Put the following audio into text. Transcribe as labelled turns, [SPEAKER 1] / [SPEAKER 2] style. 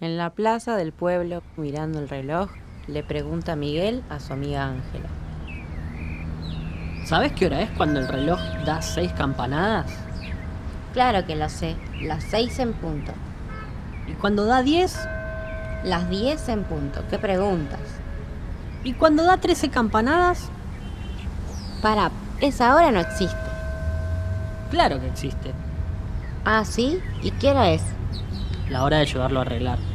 [SPEAKER 1] En la plaza del pueblo, mirando el reloj, le pregunta Miguel a su amiga Ángela.
[SPEAKER 2] ¿Sabes qué hora es cuando el reloj da seis campanadas?
[SPEAKER 3] Claro que lo sé, las seis en punto.
[SPEAKER 2] ¿Y cuando da diez?
[SPEAKER 3] Las diez en punto, ¿qué preguntas?
[SPEAKER 2] ¿Y cuando da trece campanadas?
[SPEAKER 3] Para, esa hora no existe.
[SPEAKER 2] Claro que existe.
[SPEAKER 3] Ah, sí, ¿y qué hora es?
[SPEAKER 2] La hora de ayudarlo a arreglar.